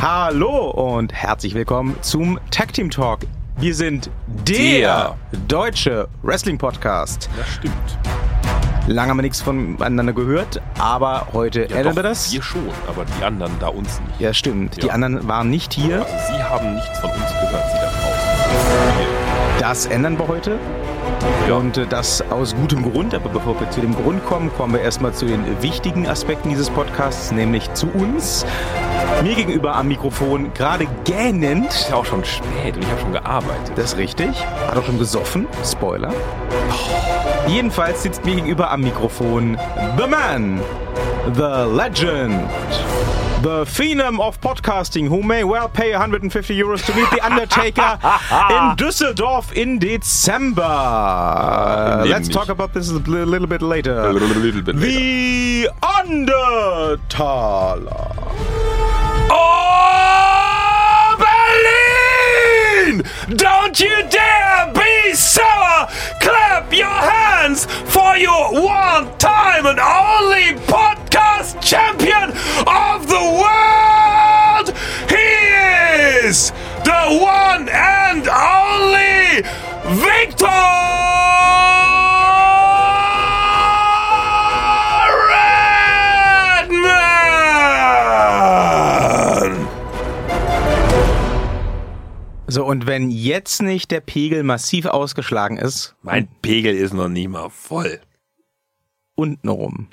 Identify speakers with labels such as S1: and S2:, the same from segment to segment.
S1: Hallo und herzlich willkommen zum Tag Team Talk. Wir sind der, deutsche Wrestling Podcast.
S2: Das stimmt.
S1: Lange haben wir nichts voneinander gehört, aber heute
S2: Ja,
S1: ändern
S2: doch,
S1: wir das.
S2: Wir schon, aber die anderen da uns nicht.
S1: Ja, stimmt. Die
S2: Ja.
S1: anderen waren nicht hier.
S2: Also sie haben nichts von uns gehört, sie da draußen.
S1: Das ändern wir heute.
S2: Ja.
S1: Und äh, das aus gutem Grund. Aber bevor wir zu dem Grund kommen, kommen wir erstmal zu den wichtigen Aspekten dieses Podcasts, nämlich zu uns. Mir gegenüber am Mikrofon gerade
S2: Ist
S1: gähnend.
S2: ja auch schon spät und ich habe schon gearbeitet.
S1: Das ist richtig. Hat auch schon gesoffen. Spoiler. Jedenfalls sitzt mir gegenüber am Mikrofon The Man, The Legend, The Phenom of Podcasting, who may well pay 150 Euros to meet The Undertaker in Düsseldorf in Dezember.
S2: Im Leben
S1: Let's talk
S2: nicht.
S1: about this a li- little bit later.
S2: A little bit
S1: The Undertaler.
S2: Oh, Berlin! Don't you dare be sour! Clap your hands for your one time and only podcast champion of the world! He is the one and only Victor Redman!
S1: So, und wenn jetzt nicht der Pegel massiv ausgeschlagen ist,
S2: Mein Pegel ist noch nie mal voll.
S1: unten rum.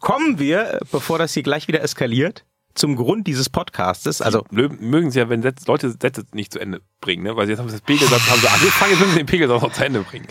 S1: Kommen wir, äh, bevor das hier gleich wieder eskaliert, zum Grund dieses Podcastes. Also,
S2: Blö- Mögen sie ja, wenn Sätze, Leute Sätze nicht zu Ende bringen, ne? Weil sie jetzt haben sie das Pegelsatz haben sie angefangen, jetzt müssen sie den Pegelsatz noch zu Ende bringen.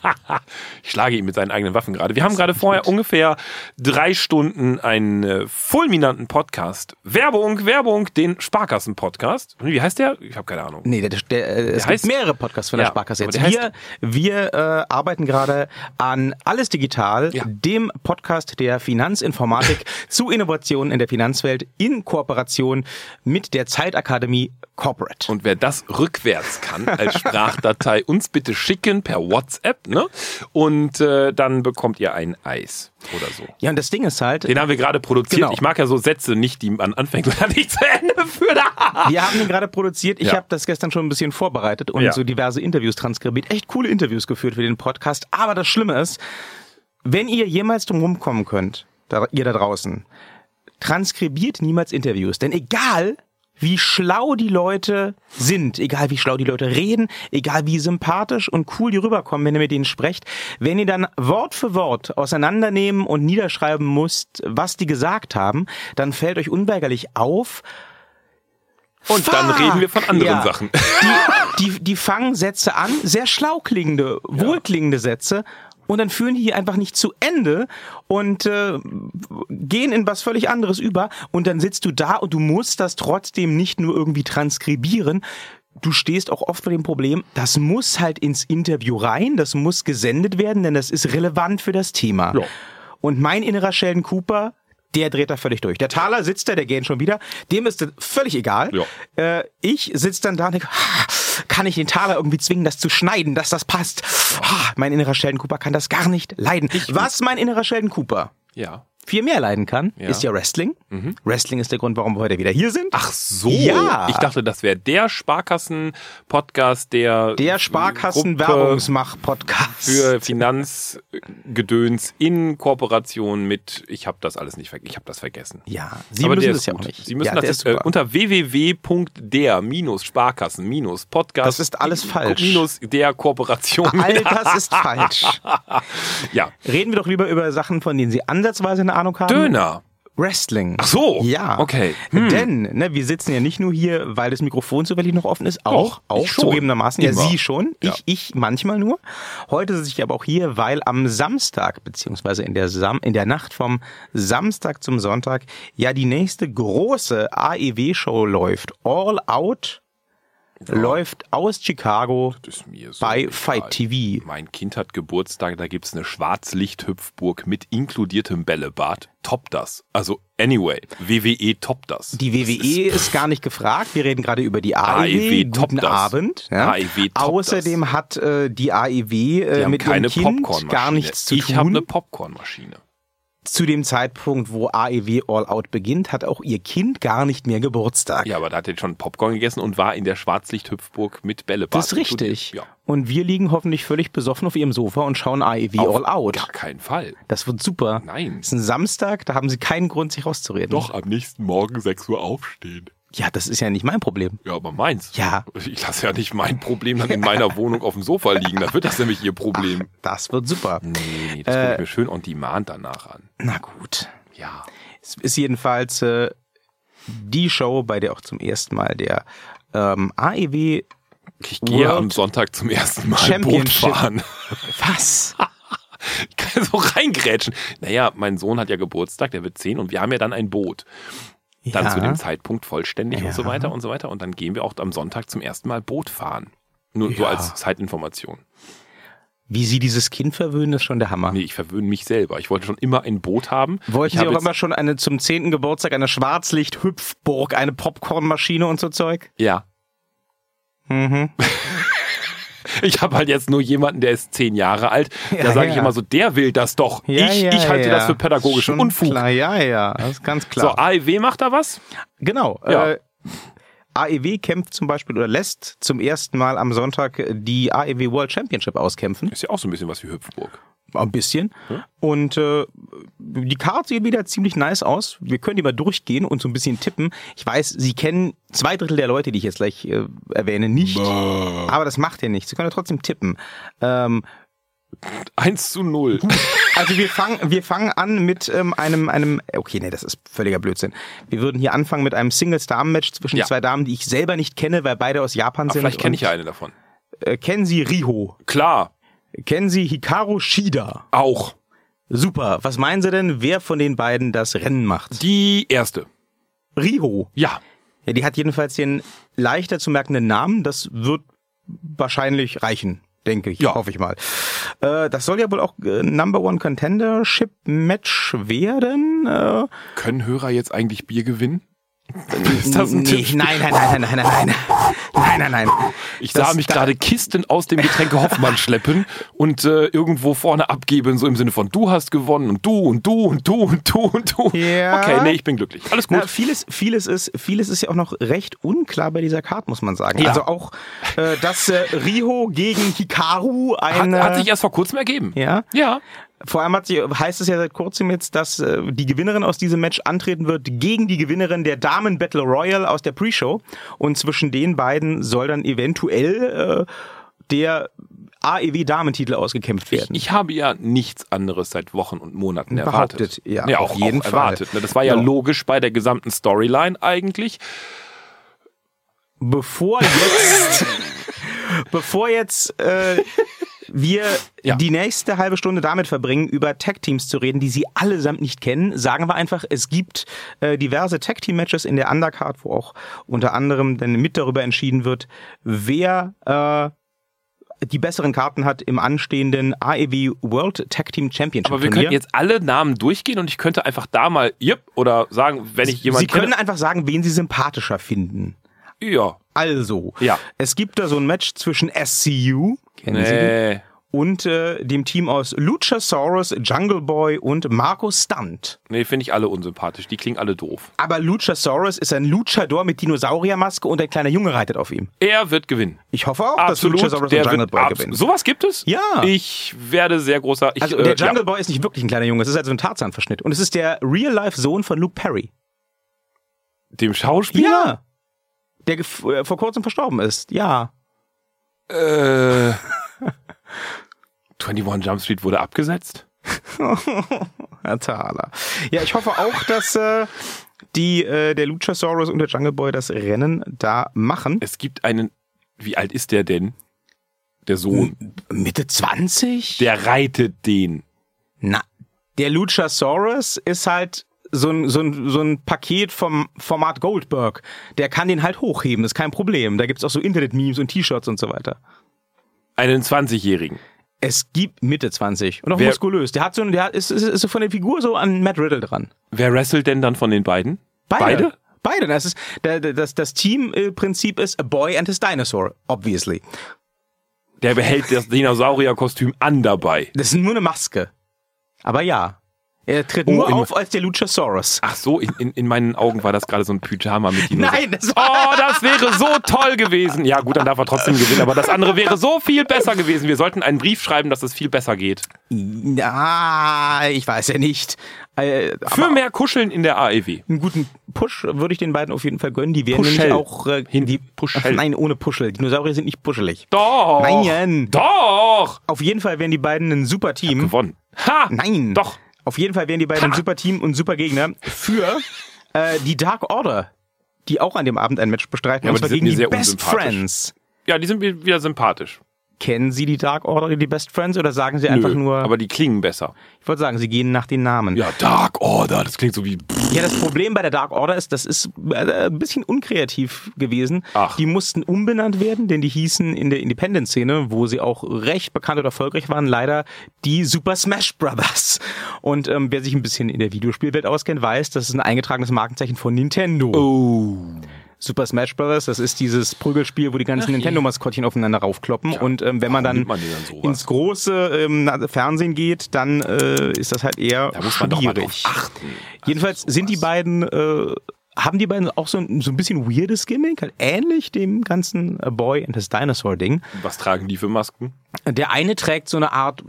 S2: ich schlage ihn mit seinen eigenen Waffen gerade. Wir haben gerade vorher ungefähr drei Stunden einen äh, fulminanten Podcast. Werbung, Werbung, den Sparkassen-Podcast. Hm, Wie heißt der? Ich habe keine Ahnung.
S1: nee, der, der, äh, es
S2: heißt-
S1: gibt mehrere Podcasts von der
S2: Ja,
S1: Sparkasse
S2: aber
S1: jetzt.
S2: der heißt-
S1: Wir, wir äh, arbeiten gerade an Alles Digital,
S2: Ja.
S1: dem Podcast der Finanzinformatik zu Innovationen in der Finanzwelt in Kooperation mit der Zeitakademie Corporate.
S2: Und wer das rückwärts kann als Sprachdatei, uns bitte schicken per WhatsApp, ne? Und äh, dann bekommt ihr ein Eis oder so.
S1: ja, und das Ding ist halt,
S2: Den haben wir gerade produziert.
S1: Genau.
S2: Ich mag ja so Sätze nicht, die man anfängt und dann nicht zu Ende führt.
S1: Wir haben ihn gerade produziert. Ich
S2: Ja.
S1: habe das gestern schon ein bisschen vorbereitet und
S2: Ja.
S1: so diverse Interviews transkribiert. Echt coole Interviews geführt für den Podcast. Aber das Schlimme ist, wenn ihr jemals drum rumkommen könnt, da, ihr da draußen, transkribiert niemals Interviews. Denn egal, wie schlau die Leute sind, egal wie schlau die Leute reden, egal wie sympathisch und cool die rüberkommen, wenn ihr mit denen sprecht, wenn ihr dann Wort für Wort auseinandernehmen und niederschreiben müsst, was die gesagt haben, dann fällt euch unweigerlich auf,
S2: Und dann
S1: Fuck.
S2: reden wir von anderen
S1: Ja.
S2: Sachen.
S1: Die, die, die fangen Sätze an, sehr schlau klingende, wohlklingende Sätze. Und dann führen die einfach nicht zu Ende und äh, gehen in was völlig anderes über. Und dann sitzt du da und du musst das trotzdem nicht nur irgendwie transkribieren. Du stehst auch oft vor dem Problem, das muss halt ins Interview rein, das muss gesendet werden, denn das ist relevant für das Thema.
S2: Ja.
S1: Und mein innerer Sheldon Cooper, der dreht da völlig durch. Der Taler sitzt da, der geht schon wieder. Dem ist das völlig egal. Äh, ich sitz dann da und denke, kann ich den Taler irgendwie zwingen, das zu schneiden, dass das passt? Ah, Mein innerer Sheldon Cooper kann das gar nicht leiden. Was mein innerer Sheldon Cooper
S2: Ja.
S1: viel mehr leiden kann,
S2: Ja. Mhm.
S1: ist ja Wrestling. Wrestling ist der Grund, warum wir heute wieder hier sind.
S2: Ach so.
S1: Ja.
S2: Ich dachte, das wäre der Sparkassen-Podcast, der.
S1: der
S2: Gruppe
S1: Sparkassen-Werbungsmach-Podcast.
S2: Für Finanzgedöns in Kooperation mit. Ich habe das alles nicht vergessen. Ich habe das vergessen.
S1: Ja, Sie
S2: Aber
S1: müssen
S2: der
S1: das
S2: ist
S1: ja
S2: gut.
S1: auch nicht.
S2: Sie müssen
S1: ja,
S2: das
S1: der
S2: jetzt,
S1: ist
S2: äh,
S1: super.
S2: unter www.der-sparkassen-podcast.
S1: Das ist alles falsch.
S2: Minus der Kooperation.
S1: All das ist falsch.
S2: Ja.
S1: Reden wir doch lieber über Sachen, von denen Sie ansatzweise eine Ahnung haben.
S2: Döner.
S1: Wrestling.
S2: Ach so.
S1: Ja.
S2: Okay. Hm.
S1: Denn ne, wir sitzen ja nicht nur hier, weil das Mikrofon zufällig noch offen ist. Auch,
S2: Doch,
S1: auch
S2: ich schon.
S1: zugegebenermaßen. Ja,
S2: Immer.
S1: Sie schon.
S2: Ja.
S1: Ich, ich manchmal nur. Heute sitze ich aber auch hier, weil am Samstag, beziehungsweise in der, Sam in der Nacht vom Samstag zum Sonntag, ja die nächste große AEW-Show läuft. All Out läuft aus Chicago
S2: Das ist mir so
S1: bei
S2: egal.
S1: Fight TV.
S2: Mein Kind hat Geburtstag, da gibt's eine Schwarzlichthüpfburg mit inkludiertem Bällebad. Top das. Also, anyway, WWE top das.
S1: Die WWE ist gar nicht gefragt. Wir reden gerade über die AEW.
S2: AEW E top
S1: Guten
S2: das.
S1: Abend. Ja.
S2: AEW top
S1: Außerdem hat äh, die AEW
S2: Wir
S1: äh,
S2: haben
S1: mit ihrem
S2: keine
S1: Kind
S2: Popcornmaschine.
S1: gar nichts zu
S2: ich ne- habe
S1: tun.
S2: eine Popcornmaschine.
S1: zu dem Zeitpunkt, wo AEW All Out beginnt, hat auch ihr Kind gar nicht mehr Geburtstag.
S2: Ja, aber da hat er schon Popcorn gegessen und war in der Schwarzlicht-Hüpfburg mit Bällebad.
S1: das ist richtig.
S2: Ja,
S1: Und wir liegen hoffentlich völlig besoffen auf ihrem Sofa und schauen AEW All Out.
S2: gar keinen Fall.
S1: Das wird super.
S2: Nein.
S1: Das ist ein Samstag, da haben sie keinen Grund, sich rauszureden.
S2: Doch am nächsten Morgen 6 Uhr aufstehen.
S1: Ja, das ist ja nicht mein Problem.
S2: Ja, aber meins.
S1: Ja.
S2: Ich lasse ja nicht mein Problem dann in meiner Wohnung auf dem Sofa liegen. Dann wird das nämlich ihr Problem.
S1: Das wird super.
S2: Nee, nee, das gucke
S1: Äh,
S2: ich mir schön on demand danach an.
S1: Na gut.
S2: Ja.
S1: Es ist jedenfalls äh, die Show, bei der auch zum ersten Mal der ähm, AEW
S2: Ich gehe
S1: World
S2: am Sonntag zum ersten Mal Boot
S1: Championship.
S2: fahren.
S1: was?
S2: Ah, Ich kann so reingrätschen. Naja, mein Sohn hat ja Geburtstag, der wird 10 und wir haben ja dann ein Boot. Dann
S1: Ja.
S2: zu dem Zeitpunkt vollständig
S1: Ja.
S2: und so weiter und so weiter. Und dann gehen wir auch am Sonntag zum ersten Mal Boot fahren. Nur so
S1: Ja.
S2: als Zeitinformation.
S1: Wie sie dieses Kind verwöhnen, ist schon der Hammer.
S2: Nee, ich verwöhne mich selber. Ich wollte schon immer ein Boot haben.
S1: Wollten
S2: ich
S1: Sie
S2: habe
S1: auch
S2: jetzt-
S1: immer schon eine zum 10. Geburtstag eine Schwarzlicht-Hüpfburg, eine Popcornmaschine und so Zeug?
S2: Ja.
S1: Mhm.
S2: Ich habe halt jetzt nur jemanden, der ist zehn Jahre alt.
S1: Ja,
S2: da sage ich
S1: ja.
S2: immer so, der will das doch.
S1: Ja,
S2: ich,
S1: ja,
S2: ich halte
S1: ja.
S2: das für pädagogischen
S1: Schon
S2: Unfug.
S1: Klar, ja, ja, das ist ganz
S2: So,
S1: klar.
S2: AEW macht da was?
S1: genau.
S2: Ja.
S1: Äh, AEW kämpft zum Beispiel oder lässt zum ersten Mal am Sonntag die AEW World Championship auskämpfen.
S2: Ist ja auch so ein bisschen was wie Hüpfburg.
S1: Ein bisschen. Und äh, die Karte sieht wieder ziemlich nice aus. Wir können die mal durchgehen und so ein bisschen tippen. Ich weiß, Sie kennen zwei Drittel der Leute, die ich jetzt gleich äh, erwähne, nicht. Aber das macht ja nichts. Sie können ja trotzdem tippen. Ähm,
S2: 1 zu 0.
S1: also wir fangen wir fangen an mit ähm, einem einem okay nee das ist völliger Blödsinn wir würden hier anfangen mit einem Singles Damen Match zwischen
S2: Ja.
S1: zwei Damen die ich selber nicht kenne weil beide aus Japan sind
S2: Vielleicht kenne ich
S1: Und,
S2: ja eine davon.
S1: äh, kennen Sie Riho
S2: Klar,
S1: kennen Sie Hikaru Shida
S2: auch.
S1: super was meinen Sie denn wer von den beiden das Rennen macht
S2: Die erste.
S1: Riho
S2: Ja.
S1: ja die hat jedenfalls den leichter zu merkenden Namen das wird wahrscheinlich reichen denke ich
S2: Ja.
S1: hoffe ich mal äh, das soll ja wohl auch äh, Number One Contendership Match werden äh,
S2: Können Hörer jetzt eigentlich Bier gewinnen? Ist das ein
S1: nee,
S2: Tipp?
S1: nein, nein, nein, nein, nein, nein, nein, nein, nein, nein.
S2: Ich
S1: das-
S2: sah mich gerade Kisten aus dem Getränke Hoffmann schleppen und äh, irgendwo vorne abgeben, so im Sinne von du hast gewonnen und du und du und du und du und du.
S1: Ja.
S2: Okay, nee, ich bin glücklich. Alles gut.
S1: Na, vieles, vieles ist, vieles ist ja auch noch recht unklar bei dieser Card, muss man sagen.
S2: Ja.
S1: Also auch, äh, dass äh, Riho gegen Hikaru
S2: Hat,
S1: eine,
S2: hat sich erst vor kurzem ergeben.
S1: äh, ja,
S2: Ja.
S1: vor allem hat sie, heißt es ja seit kurzem jetzt, dass äh, die Gewinnerin aus diesem Match antreten wird gegen die Gewinnerin der Damen Battle Royal aus der Pre-Show und zwischen den beiden soll dann eventuell äh, der AEW Damentitel ausgekämpft werden.
S2: Ich habe ja nichts anderes seit Wochen und Monaten
S1: Behauptet,
S2: erwartet.
S1: ja,
S2: ja
S1: auf
S2: auch,
S1: jeden
S2: auch erwartet.
S1: Fall.
S2: ne? Das war ja
S1: Ja.
S2: logisch bei der gesamten Storyline eigentlich.
S1: bevor jetzt, bevor jetzt äh, wir
S2: Ja.
S1: die nächste halbe Stunde damit verbringen, über Tag-Teams zu reden, die sie allesamt nicht kennen, sagen wir einfach, es gibt äh, diverse Tag-Team-Matches in der Undercard, wo auch unter anderem dann mit darüber entschieden wird, wer äh, die besseren Karten hat im anstehenden AEW World Tag Team Championship.
S2: Aber wir
S1: Turnier.
S2: könnten jetzt alle Namen durchgehen und ich könnte einfach da mal yep oder sagen, wenn ich
S1: Sie
S2: jemanden
S1: können
S2: kenne.
S1: einfach sagen, wen Sie sympathischer finden.
S2: Ja.
S1: Also,
S2: Ja.
S1: es gibt da so ein Match zwischen SCU, kennen Sie die?
S2: Nee.
S1: und äh, dem Team aus Luchasaurus, Jungle Boy und Marco Stunt.
S2: Nee, finde ich alle unsympathisch. Die klingen alle doof.
S1: Aber Luchasaurus ist ein Luchador mit Dinosauriermaske und ein kleiner Junge reitet auf ihm.
S2: Er wird gewinnen.
S1: Ich hoffe auch,
S2: Absolut.
S1: dass Luchasaurus und Jungle Boy
S2: abs-
S1: gewinnen.
S2: Sowas gibt es?
S1: Ja.
S2: Ich werde sehr großer. Ich,
S1: Also der
S2: äh,
S1: Jungle
S2: ja.
S1: Boy ist nicht wirklich ein kleiner Junge, es ist also ein Tarzan-Verschnitt. Und es ist der Real-Life-Sohn von Luke Perry.
S2: Dem Schauspieler?
S1: Der gef- äh, vor kurzem verstorben ist, ja.
S2: Ja. Äh, 21 Jump Street wurde abgesetzt.
S1: Herr Thaler. Ja, ich hoffe auch, dass äh, die, äh, der Luchasaurus und der Jungle Boy das Rennen da machen.
S2: Es gibt einen. Wie alt ist der denn? Der Sohn.
S1: Hm. Mitte 20?
S2: Der reitet den.
S1: Na, der Luchasaurus ist halt so ein, so ein, so ein Paket vom Format Goldberg. Der kann den halt hochheben, ist kein Problem. Da gibt's auch so Internet-Memes und T-Shirts und so weiter.
S2: Einen 20-Jährigen.
S1: Es gibt Mitte 20 und auch
S2: Wer-
S1: muskulös. Der hat so, ein- der hat, ist, ist, ist so von der Figur so an Matt Riddle dran.
S2: Wer wrestelt denn dann von den beiden?
S1: Beide? Beide. Das, ist, der- der- das, das Team-Prinzip ist A Boy and His Dinosaur, obviously.
S2: Der behält das Dinosaurierkostüm an dabei.
S1: Das ist nur eine Maske. Aber ja. Er tritt
S2: Oh,
S1: nur
S2: im-
S1: auf als der Luchasaurus.
S2: Ach so, in, in, in meinen Augen war das gerade so ein Pyjama mit ihm.
S1: Nein, das war-
S2: Oh, das wäre so toll gewesen. Ja, gut, dann darf er trotzdem gewinnen, aber das andere wäre so viel besser gewesen. Wir sollten einen Brief schreiben, dass es viel besser geht.
S1: Na, Ah, ich weiß ja nicht. Äh,
S2: Für
S1: aber
S2: mehr Kuscheln in der E AEW.
S1: einen guten Push würde ich den beiden auf jeden Fall gönnen. Die werden
S2: Puschel.
S1: nämlich auch äh,
S2: Hin-
S1: die
S2: Puschel.
S1: Ach, Nein, ohne Puschel. Dinosaurier sind nicht puschelig.
S2: Doch.
S1: Nein.
S2: Doch.
S1: Auf jeden Fall wären die beiden ein super Team.
S2: Gewonnen. Ha.
S1: Nein.
S2: Doch.
S1: Auf jeden Fall wären die beiden ein super Team und super Gegner für äh, die Dark Order, die auch an dem Abend ein Match bestreiten.
S2: Ja,
S1: und
S2: aber
S1: zwar
S2: die
S1: gegen
S2: sind mir
S1: die
S2: sehr
S1: Best
S2: unsympathisch.
S1: Friends.
S2: Ja, die sind mir wieder sympathisch.
S1: Kennen Sie die Dark Order, die Best Friends, oder sagen Sie einfach
S2: Nö,
S1: nur,
S2: Aber die klingen besser.
S1: ich wollte sagen, Sie gehen nach den Namen.
S2: Ja, Dark Order. Das klingt so wie.
S1: Ja, das Problem bei der Dark Order ist, das ist äh, ein bisschen unkreativ gewesen.
S2: Ach.
S1: Die mussten umbenannt werden, denn die hießen in der Independent-Szene, wo sie auch recht bekannt und erfolgreich waren, leider die Super Smash Brothers. Und ähm, wer sich ein bisschen in der Videospielwelt auskennt, weiß, das ist ein eingetragenes Markenzeichen von Nintendo.
S2: Oh.
S1: Super Smash Brothers, das ist dieses Prügelspiel, wo die ganzen
S2: je.
S1: Nintendo-Maskottchen aufeinander raufkloppen. und ähm, wenn man dann
S2: nimmt man denn dann sowas?
S1: ins große ähm, na- Fernsehen geht, dann äh, ist das halt eher
S2: Da muss man doch mal drauf
S1: schwierig.
S2: achten. Also
S1: Jedenfalls sind die beiden, äh, haben die beiden auch so ein, so ein bisschen weirdes Gimmick, halt ähnlich dem ganzen A Boy and His Dinosaur Ding.
S2: Was tragen die für Masken?
S1: Der eine trägt so eine Art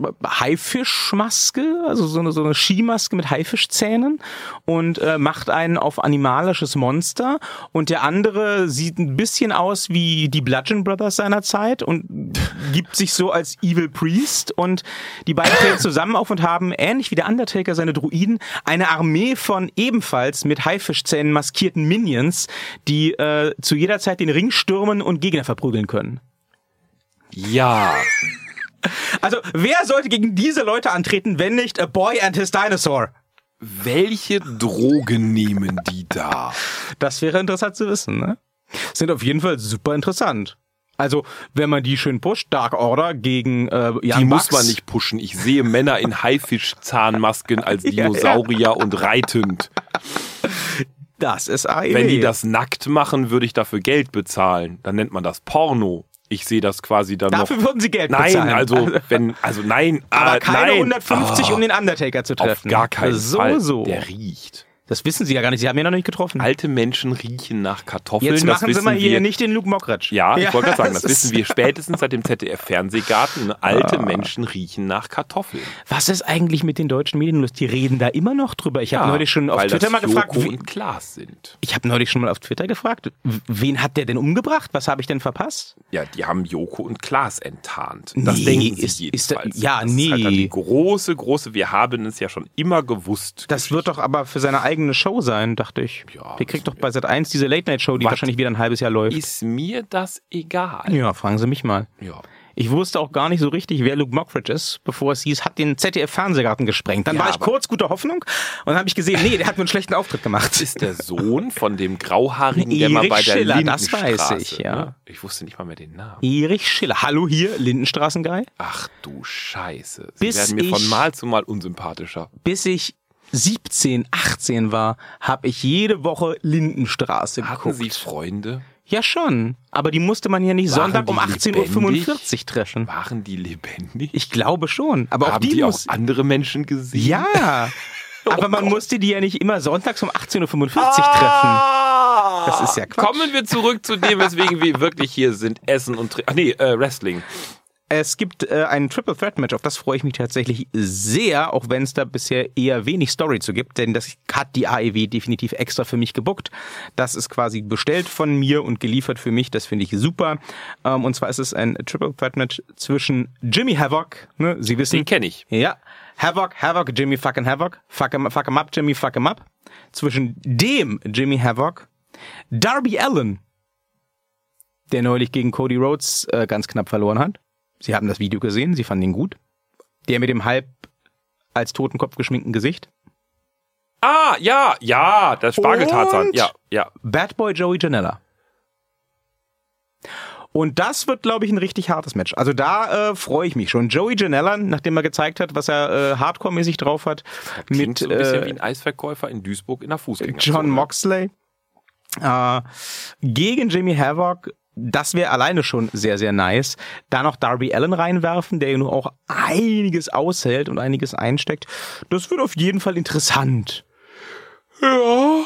S1: Haifischmaske, also so eine, so eine Skimaske mit Haifischzähnen und äh, macht einen auf animalisches Monster. Und der andere sieht ein bisschen aus wie die Bludgeon Brothers seiner Zeit und gibt sich so als Evil Priest. Und die beiden treten zusammen auf und haben, ähnlich wie der Undertaker seine Druiden, eine Armee von ebenfalls mit Haifischzähnen maskierten Minions, die äh, zu jeder Zeit den Ring stürmen und Gegner verprügeln können.
S2: Ja.
S1: Also, wer sollte gegen diese Leute antreten, wenn nicht A Boy and His Dinosaur?
S2: Welche Drogen nehmen die da?
S1: Das wäre interessant zu wissen, ne? Sind auf jeden Fall super interessant. Also, wenn man die schön pusht, Dark Order gegen äh, Young
S2: Die
S1: Bucks.
S2: muss man nicht pushen. Ich sehe Männer in Haifischzahnmasken als
S1: ja.
S2: Dinosaurier und reitend.
S1: Das ist AEW.
S2: Wenn die das nackt machen, würde ich dafür Geld bezahlen. Dann nennt man das Porno. Ich sehe das quasi dann
S1: Dafür
S2: noch.
S1: würden sie Geld
S2: Nein,
S1: bezahlen.
S2: also wenn, also nein,
S1: aber
S2: äh,
S1: keine
S2: nein. Ah,
S1: 150, um den Undertaker zu
S2: auf
S1: treffen.
S2: gar keinen
S1: so,
S2: Fall.
S1: So,
S2: Der riecht.
S1: Das wissen sie ja gar nicht. Sie haben ihn noch nicht getroffen.
S2: Alte Menschen riechen nach Kartoffeln.
S1: Jetzt machen
S2: das
S1: sie
S2: wissen
S1: mal hier
S2: wir.
S1: nicht den Luke Mockridge.
S2: Ja, ich wollte gerade sagen, das
S1: ist- Ah.
S2: wissen wir spätestens seit dem ZDF-Fernsehgarten. Alte Menschen riechen nach Kartoffeln.
S1: Was ist eigentlich mit den deutschen Medien los? Die reden da immer noch drüber. Ich habe neulich schon auf
S2: weil
S1: Twitter
S2: das
S1: mal gefragt,
S2: Joko
S1: wie-
S2: und Klaas sind.
S1: Ich habe neulich schon mal auf Twitter gefragt, w- wen hat der denn umgebracht? Was habe ich denn verpasst?
S2: Ja, die haben Joko und Klaas enttarnt. Das
S1: Nee,
S2: denken sie
S1: ist- ist da-
S2: jedenfalls.
S1: ja,
S2: das ist halt dann
S1: nee.
S2: die große, große, wir haben es ja schon immer gewusst.
S1: Das wird doch aber für seine eigene Show sein, dachte ich.
S2: Ja,
S1: der kriegt doch bei Sat1 diese Late Night Show, die
S2: Was?
S1: wahrscheinlich wieder ein halbes Jahr läuft.
S2: Ist mir das egal.
S1: ja, fragen Sie mich mal.
S2: Ja.
S1: Ich wusste auch gar nicht so richtig, wer Luke Mockridge ist, bevor es hieß, hat den ZDF-Fernsehgarten gesprengt. Dann
S2: Ja,
S1: war ich
S2: aber-
S1: kurz guter Hoffnung und dann habe ich gesehen, nee, der hat nur einen schlechten Auftritt gemacht.
S2: Ist der Sohn von dem Grauhaarigen, der
S1: Erich
S2: mal bei der
S1: Schiller, das
S2: Lindenstraße...
S1: weiß ich, ja.
S2: Ne? Ich wusste nicht mal mehr den Namen.
S1: Erich Schiller. Hallo hier, Lindenstraßenguy.
S2: Ach du Scheiße. Sie
S1: Bis
S2: werden mir von
S1: ich-
S2: Mal zu Mal unsympathischer.
S1: Bis ich 17, 18 war, habe ich jede Woche Lindenstraße
S2: Hatten
S1: geguckt.
S2: Sie Freunde?
S1: Ja, schon. Aber die musste man ja nicht
S2: Waren
S1: Sonntag
S2: die
S1: um 18.45 Uhr
S2: lebendig?
S1: treffen.
S2: Waren die lebendig?
S1: Ich glaube schon. Aber auch
S2: haben
S1: die,
S2: die auch
S1: muss.
S2: andere Menschen gesehen?
S1: ja. Aber
S2: Oh.
S1: man musste die ja nicht immer sonntags um 18.45 Uhr treffen.
S2: Ah!
S1: Das ist ja Quatsch.
S2: Kommen wir zurück zu dem, weswegen wir wirklich hier sind. Essen und Trinken. Ach nee, äh, Wrestling.
S1: Es gibt äh, ein Triple Threat Match, auf das freue ich mich tatsächlich sehr, auch wenn es da bisher eher wenig Story zu gibt, denn das hat die AEW definitiv extra für mich gebuckt. Das ist quasi bestellt von mir und geliefert für mich, das finde ich super. Ähm, und zwar ist es ein Triple Threat Match zwischen Jimmy Havoc, ne, Sie wissen,
S2: Den kenne ich.
S1: Ja. Havoc, Havoc, Jimmy fucking Havoc. Fuck him, fuck him up, Jimmy, fuck him up. Zwischen dem Jimmy Havoc, Darby Allen, der neulich gegen Cody Rhodes äh, ganz knapp verloren hat. Sie haben das Video gesehen, sie fanden ihn gut. Der mit dem halb als Totenkopf geschminkten Gesicht.
S2: Ah, ja, ja, das Spargeltarzan.
S1: Und?
S2: Ja, ja.
S1: Bad Boy Joey Janella. Und das wird, glaube ich, ein richtig hartes Match. Also da äh, freue ich mich schon. Joey Janella, nachdem er gezeigt hat, was er äh, Hardcore-mäßig drauf hat,
S2: Klingt
S1: mit
S2: so ein bisschen
S1: äh,
S2: wie ein Eisverkäufer in Duisburg in der Fußgängerzone.
S1: John Moxley äh, gegen Jimmy Havoc, das wäre alleine schon sehr, sehr nice. Da noch Darby Allen reinwerfen, der ja nur auch einiges aushält und einiges einsteckt. Das wird auf jeden Fall interessant.
S2: Ja,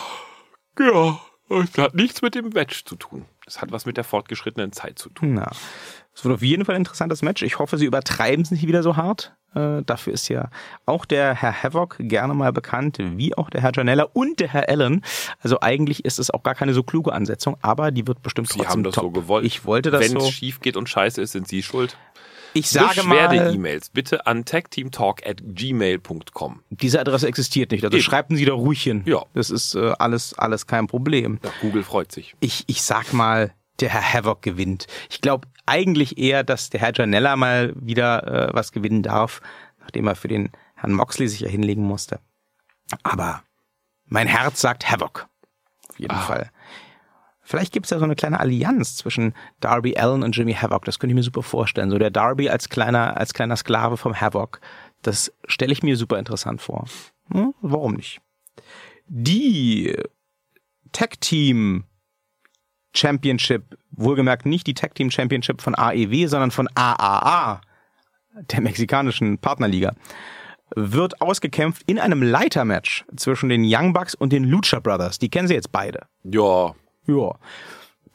S2: ja. Das hat nichts mit dem Match zu tun. Das hat was mit der fortgeschrittenen Zeit zu tun.
S1: Na, es wird auf jeden Fall ein interessantes Match. Ich hoffe, sie übertreiben es nicht wieder so hart. Äh, dafür ist ja auch der Herr Havoc gerne mal bekannt, wie auch der Herr Janella und der Herr Allen. Also eigentlich ist es auch gar keine so kluge Ansetzung, aber die wird bestimmt
S2: Sie
S1: trotzdem
S2: haben das
S1: top.
S2: so gewollt.
S1: Ich wollte das
S2: Wenn es
S1: so.
S2: schief geht und scheiße ist, sind Sie schuld.
S1: Ich sage mal,
S2: E-Mails bitte an tagteamtalk at gmail.com.
S1: diese Adresse existiert nicht. Also
S2: Eben.
S1: schreiben Sie da ruhig hin.
S2: Ja.
S1: Das ist äh, alles, alles kein Problem.
S2: Ja, Google freut sich.
S1: ich, ich sag mal, der Herr Havoc gewinnt. Ich glaube eigentlich eher, dass der Herr Janella mal wieder äh, was gewinnen darf, nachdem er für den Herrn Moxley sich ja hinlegen musste. Aber mein Herz sagt Havoc. Auf jeden Fall. Vielleicht gibt's da so eine kleine Allianz zwischen Darby Allen und Jimmy Havoc. Das könnte ich mir super vorstellen. So der Darby als kleiner, als kleiner Sklave vom Havoc. Das stelle ich mir super interessant vor. Hm, warum nicht? Die Tag Team Championship, wohlgemerkt nicht die Tag Team Championship von AEW, sondern von AAA, der mexikanischen Partnerliga, wird ausgekämpft in einem Leitermatch zwischen den Young Bucks und den Lucha Brothers. Die kennen sie jetzt beide.
S2: Ja,
S1: Ja.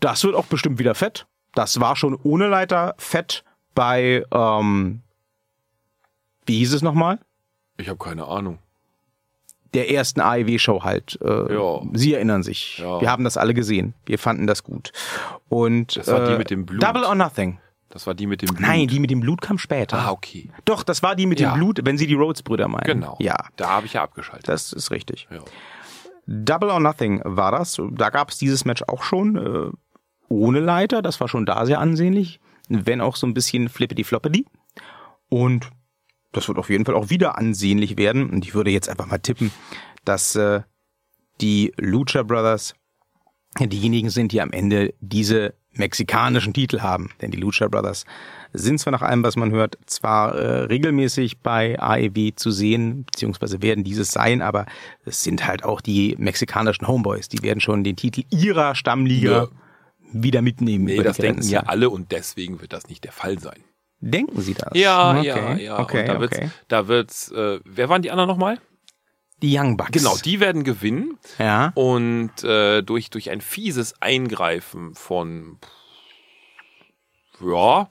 S1: Das wird auch bestimmt wieder fett. Das war schon ohne Leiter fett bei, ähm, wie hieß es nochmal?
S2: ich habe keine Ahnung.
S1: der ersten AEW-Show halt. Äh,
S2: Ja.
S1: Sie erinnern sich.
S2: Ja.
S1: Wir haben das alle gesehen. Wir fanden das gut. Und
S2: Das war die
S1: äh,
S2: mit dem Blut.
S1: Double or Nothing.
S2: Das war die mit dem Blut.
S1: Nein, die mit dem Blut kam später.
S2: Ah, okay.
S1: Doch, das war die mit
S2: Ja.
S1: dem Blut, wenn Sie die Rhodes-Brüder meinen.
S2: Genau.
S1: Ja,
S2: Da habe ich ja abgeschaltet.
S1: das ist richtig.
S2: Ja.
S1: Double or Nothing war das. Da gab es dieses Match auch schon äh, ohne Leiter. Das war schon da sehr ansehnlich. Wenn auch so ein bisschen flippity-floppity. Und das wird auf jeden Fall auch wieder ansehnlich werden. Und ich würde jetzt einfach mal tippen, dass äh, die Lucha Brothers diejenigen sind, die am Ende diese mexikanischen Titel haben. Denn die Lucha Brothers sind zwar nach allem, was man hört, zwar äh, regelmäßig bei AEW zu sehen, beziehungsweise werden dieses sein, aber es sind halt auch die mexikanischen Homeboys. Die werden schon den Titel ihrer Stammliga
S2: Ja.
S1: wieder mitnehmen.
S2: Nee,
S1: über die
S2: das denken
S1: Grenzen.
S2: ja alle und deswegen wird das nicht der Fall sein.
S1: Denken sie das?
S2: Ja,
S1: okay.
S2: ja, ja.
S1: Okay,
S2: und da wird's,
S1: okay.
S2: da wird's äh, wer waren die anderen nochmal?
S1: Die Young Bucks.
S2: Genau, die werden gewinnen
S1: Ja.
S2: und äh, durch, durch ein fieses Eingreifen von ja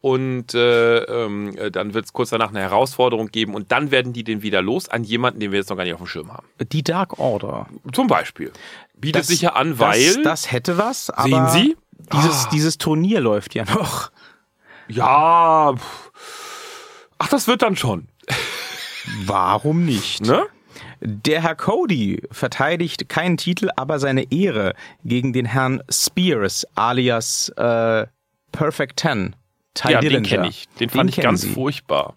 S2: und äh, ähm, äh, dann wird es kurz danach eine Herausforderung geben und dann werden die den wieder los an jemanden, den wir jetzt noch gar nicht auf dem Schirm haben.
S1: Die Dark Order.
S2: Zum Beispiel. Bietet
S1: Das-
S2: sich ja an, weil
S1: Das, das hätte was, aber.
S2: Sie?
S1: Dieses,
S2: Ah.
S1: dieses Turnier läuft ja noch.
S2: ja pff. ach das wird dann schon,
S1: Warum nicht?
S2: ne?
S1: Der Herr Cody verteidigt keinen Titel, aber seine Ehre gegen den Herrn Spears alias äh, Perfect Ten. Ty
S2: ja, den
S1: Dillinger.
S2: kenne ich. Den fand ich
S1: kennen
S2: ganz
S1: Sie.
S2: furchtbar.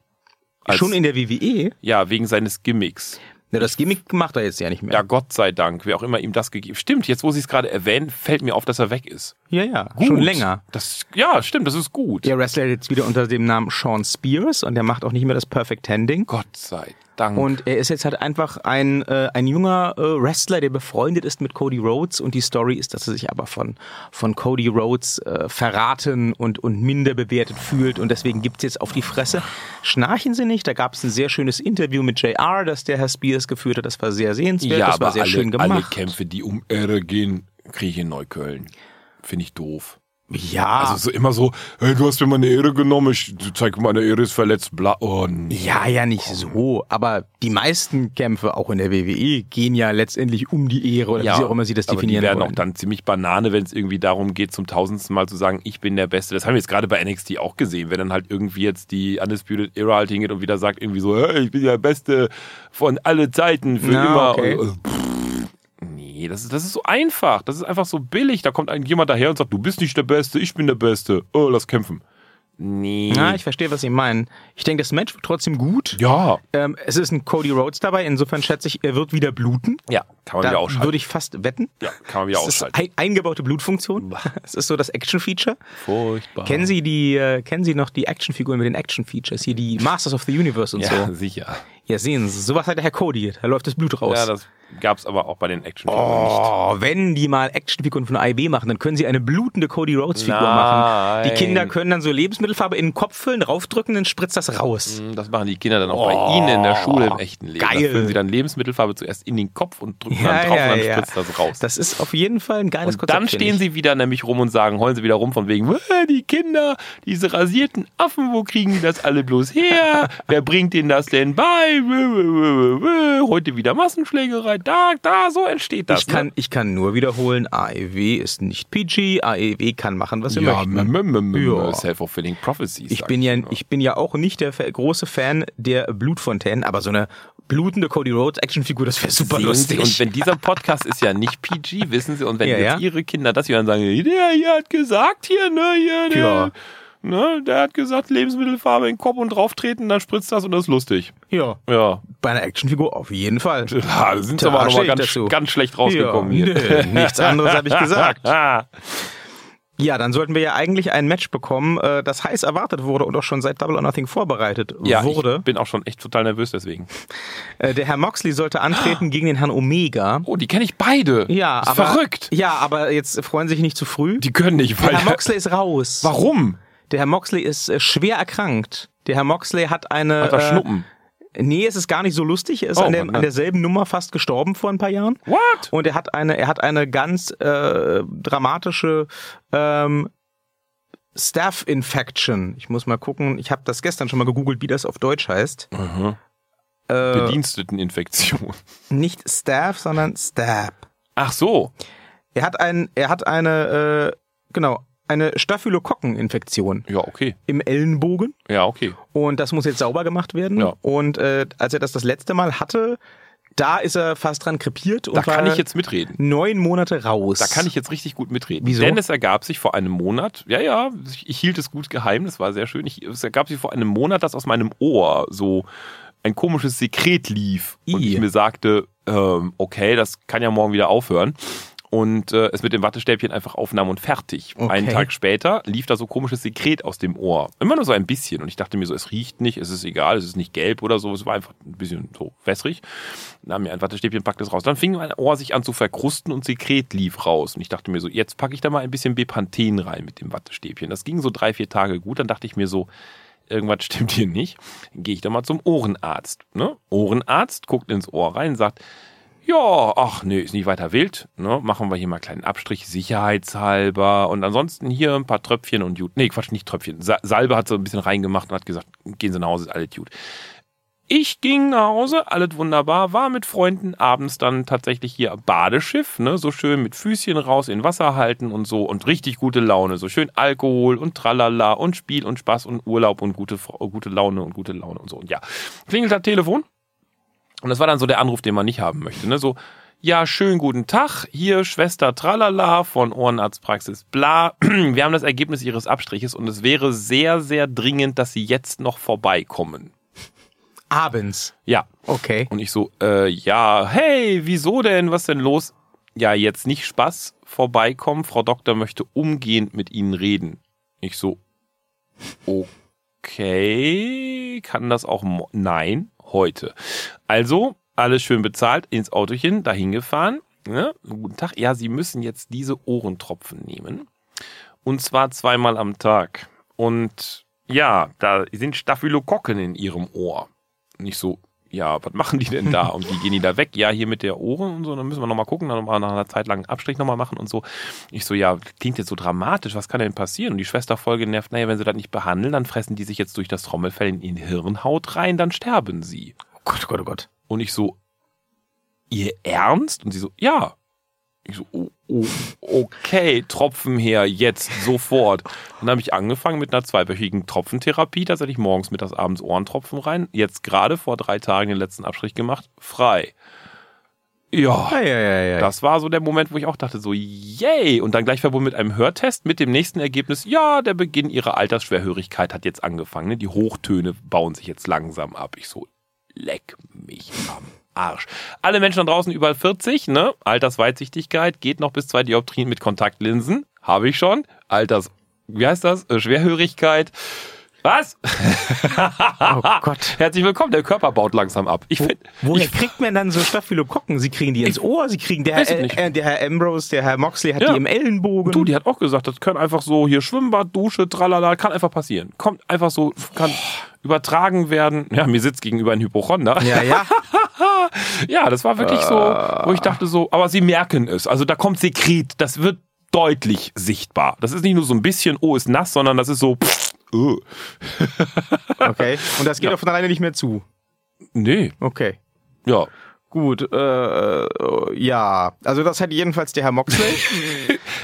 S2: Als-
S1: Schon in der WWE?
S2: ja, wegen seines Gimmicks.
S1: Na, das Gimmick macht er jetzt ja nicht mehr.
S2: Ja, Gott sei Dank, wer auch immer ihm das gegeben. Stimmt, jetzt wo sie es gerade erwähnen, fällt mir auf, dass er weg ist.
S1: Ja, ja. Schon
S2: Gut.
S1: länger.
S2: Das, ja, stimmt, das ist gut.
S1: Der Wrestler jetzt wieder unter dem Namen Sean Spears und der macht auch nicht mehr das Perfect Handing.
S2: Gott sei Dank.
S1: Und er ist jetzt halt einfach ein, äh, ein junger äh, Wrestler, der befreundet ist mit Cody Rhodes und die Story ist, dass er sich aber von, von Cody Rhodes äh, verraten und, und minder bewertet fühlt und deswegen gibt's jetzt auf die Fresse. Schnarchen Sie nicht, da gab's ein sehr schönes Interview mit JR, das der Herr Spears geführt hat, das war sehr sehenswert,
S2: ja,
S1: das
S2: aber
S1: war sehr
S2: alle,
S1: schön
S2: alle
S1: gemacht.
S2: Kämpfe, die um Ehre gehen, kriege ich in Neukölln. Finde ich doof.
S1: ja,
S2: Also so immer so, hey, du hast mir meine Ehre genommen, ich zeig meine Ehre ist verletzt, bla. Oh, nee.
S1: Ja, ja, nicht so. Aber die meisten Kämpfe, auch in der WWE, gehen ja letztendlich um die Ehre oder wie sie auch immer sie das
S2: aber
S1: definieren
S2: die werden
S1: wollen.
S2: auch dann ziemlich Banane, wenn es irgendwie darum geht, zum tausendsten Mal zu sagen, ich bin der Beste. Das haben wir jetzt gerade bei NXT auch gesehen, wenn dann halt irgendwie jetzt die Undisputed Era halt hingeht und wieder sagt irgendwie so, hey, ich bin der Beste von alle Zeiten für
S1: Na,
S2: immer.
S1: okay.
S2: Und, äh, pff, nee, das ist, das ist so einfach. Das ist einfach so billig. Da kommt ein, jemand daher und sagt, du bist nicht der Beste, ich bin der Beste. Oh, lass kämpfen. Nee.
S1: Na, ich verstehe, was Sie meinen. Ich denke, das Match wird trotzdem gut.
S2: ja.
S1: Ähm, es ist ein Cody Rhodes dabei, insofern schätze ich, er wird wieder bluten.
S2: Ja, kann man
S1: Da
S2: wieder ausschalten.
S1: würde ich fast wetten.
S2: ja, kann man wieder
S1: das ist
S2: ausschalten.
S1: ein, eingebaute Blutfunktion. Es ist so das Action-Feature.
S2: Furchtbar.
S1: Kennen Sie die, äh, kennen Sie noch die Actionfiguren mit den Action-Features? Hier die Masters of the Universe und
S2: ja,
S1: so.
S2: sicher.
S1: Ja, sehen Sie, sowas hat der Herr Cody. Da läuft das Blut raus.
S2: Ja, das gab's aber auch bei den Actionfiguren nicht.
S1: Oh, wenn die mal Actionfiguren von AIB machen, dann können sie eine blutende Cody Rhodes Figur machen. Die
S2: Nein.
S1: Kinder können dann so Lebensmittelfarbe in den Kopf füllen, draufdrücken, dann spritzt das raus.
S2: Hm, Das machen die Kinder dann auch bei ihnen in der Schule im echten Leben.
S1: Oh, geil.
S2: Da füllen sie dann Lebensmittelfarbe zuerst in den Kopf und drücken
S1: Ja,
S2: dann drauf und dann
S1: ja, ja.
S2: spritzt das raus.
S1: Das ist auf jeden Fall ein geiles
S2: und dann
S1: Konzept, finde
S2: stehen sie wieder nämlich rum und sagen, heulen sie wieder rum von wegen, "Äh, die Kinder, diese rasierten Affen, wo kriegen die das alle bloß her? Wer bringt denen das denn bei? Wö, wö, wö, wö. Heute wieder Massenschlägerei, da, da, so entsteht das.
S1: Ich kann,
S2: ne?
S1: ich kann nur wiederholen, AEW ist nicht PG, AEW E kann machen, was sie
S2: ja,
S1: möchten.
S2: m- m- m-
S1: Ja.
S2: m- self-fulfilling prophecies.
S1: Ich
S2: sag
S1: bin, ja,
S2: nur.
S1: ich bin ja auch nicht der fa- große Fan der Blutfontänen, aber so eine blutende Cody Rhodes Actionfigur, das wäre super
S2: Sehen Sie,
S1: lustig.
S2: und wenn dieser Podcast ist ja nicht PG, wissen Sie, und wenn
S1: Ja,
S2: jetzt
S1: ja.
S2: Ihre Kinder das hören, sagen, Sie, der hier hat gesagt, hier, ne, hier, der,
S1: Ja.
S2: ne, der hat gesagt, Lebensmittelfarbe in den Kopf und drauftreten, dann spritzt das und das ist lustig.
S1: ja,
S2: Ja.
S1: bei einer Actionfigur auf jeden Fall.
S2: Da sind sie
S1: Da
S2: aber noch mal
S1: stehe ich
S2: ganz,
S1: dazu.
S2: ganz schlecht rausgekommen
S1: ja,
S2: hier.
S1: Nö, nichts anderes habe ich gesagt.
S2: Ah,
S1: Ja, dann sollten wir ja eigentlich ein Match bekommen, äh, das heiß erwartet wurde und auch schon seit Double or Nothing vorbereitet
S2: ja,
S1: wurde.
S2: ich bin auch schon echt total nervös deswegen.
S1: Äh, der Herr Moxley sollte antreten gegen den Herrn Omega.
S2: Oh, die kenne ich beide.
S1: Ja,
S2: ist
S1: aber
S2: verrückt.
S1: Ja, aber jetzt freuen sich nicht zu früh.
S2: Die können nicht, weil
S1: der Herr Moxley ist raus.
S2: Warum?
S1: Der Herr Moxley ist äh, schwer erkrankt. Der Herr Moxley hat eine.
S2: Hat er Schnuppen?
S1: Äh, nee, es ist gar nicht so lustig. Er ist
S2: Oh,
S1: an, dem,
S2: Mann, ne?
S1: an derselben Nummer fast gestorben vor ein paar Jahren.
S2: What?
S1: Und er hat eine, er hat eine ganz äh, dramatische ähm, Staph Infection. Ich muss mal gucken. Ich habe das gestern schon mal gegoogelt, wie das auf Deutsch heißt.
S2: Mhm.
S1: Äh,
S2: Bediensteteninfektion.
S1: nicht Staff, sondern Stab.
S2: Ach so.
S1: Er hat ein, er hat eine, äh, genau, eine Staphylokokkeninfektion
S2: Ja, okay.
S1: im Ellenbogen.
S2: Ja, okay.
S1: Und das muss jetzt sauber gemacht werden.
S2: Ja.
S1: Und äh, als er das das letzte Mal hatte, da ist er fast dran krepiert. Und
S2: Da kann
S1: war
S2: ich jetzt mitreden.
S1: neun Monate raus.
S2: Da kann ich jetzt richtig gut mitreden.
S1: Wieso?
S2: Denn es ergab sich vor einem Monat, ja, ja, ich, ich hielt es gut geheim, das war sehr schön. Ich, es ergab sich vor einem Monat, dass aus meinem Ohr so ein komisches Sekret lief und
S1: Ih.
S2: ich mir sagte, ähm, okay, das kann ja morgen wieder aufhören. Und äh, es mit dem Wattestäbchen einfach aufnahm und fertig.
S1: Okay.
S2: Einen Tag später lief da so komisches Sekret aus dem Ohr. Immer nur so ein bisschen. Und ich dachte mir so, es riecht nicht, es ist egal, es ist nicht gelb oder so. Es war einfach ein bisschen so wässrig. Nahm mir ein Wattestäbchen, packte es raus. Dann fing mein Ohr sich an zu verkrusten und Sekret lief raus. Und ich dachte mir so, jetzt packe ich da mal ein bisschen Bepanthen rein mit dem Wattestäbchen. Das ging so drei, vier Tage gut. Dann dachte ich mir so, irgendwas stimmt hier nicht. Dann gehe ich doch mal zum Ohrenarzt. Ne? Ohrenarzt guckt ins Ohr rein, sagt, ja, ach nee, ist nicht weiter wild. Ne? Machen wir hier mal einen kleinen Abstrich, sicherheitshalber. Und ansonsten hier ein paar Tröpfchen und gut. Nee, Quatsch, nicht Tröpfchen. Sa Salbe hat so ein bisschen reingemacht und hat gesagt, gehen Sie nach Hause, ist alles gut. Ich ging nach Hause, alles wunderbar, war mit Freunden abends dann tatsächlich hier am Badeschiff, ne, so schön mit Füßchen raus in Wasser halten und so und richtig gute Laune, so schön Alkohol und Tralala und Spiel und Spaß und Urlaub und gute, Fre- gute Laune und gute Laune und so und ja. Klingelt das Telefon und das war dann so der Anruf, den man nicht haben möchte, ne, so, ja, schönen guten Tag, hier Schwester Tralala von Ohrenarztpraxis bla, wir haben das Ergebnis ihres Abstriches und es wäre sehr, sehr dringend, dass sie jetzt noch vorbeikommen.
S1: Abends.
S2: Ja,
S1: Okay.
S2: und ich so, äh, ja, hey, wieso denn? Was denn los? Ja, jetzt nicht Spaß, vorbeikommen. Frau Doktor möchte umgehend mit Ihnen reden. Ich so, okay, kann das auch, mo- nein, heute. Also, alles schön bezahlt, ins Autochen, dahin gefahren. Ne? Guten Tag. Ja, Sie müssen jetzt diese Ohrentropfen nehmen. Und zwar zweimal am Tag. Und ja, da sind Staphylokokken in Ihrem Ohr. Nicht so, ja, was machen die denn da? Und wie gehen die da weg? Ja, hier mit der Ohren und so. Dann müssen wir nochmal gucken, dann nochmal nach einer Zeit lang einen Abstrich nochmal machen und so. Ich so, ja, klingt jetzt so dramatisch. Was kann denn passieren? Und die Schwester voll genervt. Naja, wenn sie das nicht behandeln, dann fressen die sich jetzt durch das Trommelfell in ihren Hirnhaut rein, dann sterben sie.
S1: Oh Gott, oh Gott, oh Gott.
S2: Und ich so, ihr Ernst? Und sie so, ja. Ich so, oh, oh, okay, Tropfen her, jetzt, sofort. Dann habe ich angefangen mit einer zweiwöchigen Tropfentherapie, tatsächlich morgens, mittags, abends Ohrentropfen rein. Jetzt gerade vor drei Tagen den letzten Abstrich gemacht, frei. Ja.
S1: Ja, ja, ja, ja.
S2: Das war so der Moment, wo ich auch dachte, so, yay! Und dann gleich verbunden mit einem Hörtest mit dem nächsten Ergebnis, ja, der Beginn ihrer Altersschwerhörigkeit hat jetzt angefangen. Ne? Die Hochtöne bauen sich jetzt langsam ab. Ich so, leck mich am Arsch. Alle Menschen da draußen über 40, ne? Altersweitsichtigkeit geht noch bis zwei Dioptrien mit Kontaktlinsen. Habe ich schon. Alters, wie heißt das? Äh, Schwerhörigkeit. Was?
S1: Oh Gott.
S2: Herzlich willkommen, der Körper baut langsam ab. Ich finde,
S1: Woher kriegt man dann so Staphylokokken? Sie kriegen die ins Ohr, sie kriegen der,
S2: Weiß ich
S1: Herr-
S2: nicht.
S1: äh, der Herr Ambrose, der Herr Moxley hat
S2: Ja.
S1: die im Ellenbogen.
S2: du, die hat auch gesagt, das können einfach so hier Schwimmbad, Dusche, tralala, kann einfach passieren. Kommt einfach so, kann übertragen werden. Ja, mir sitzt gegenüber ein Hypochonder.
S1: ja, ja.
S2: Ja, das war wirklich so, wo
S1: Ah.
S2: ich dachte so, aber sie merken es. Also da kommt Sekret, das wird deutlich sichtbar. Das ist nicht nur so ein bisschen, oh, ist nass, sondern das ist so, pff, öh.
S1: Okay. Und das geht auch von alleine nicht mehr zu.
S2: nee,
S1: Okay.
S2: ja.
S1: Gut, äh, äh, ja. Also das hat jedenfalls der Herr Moxley.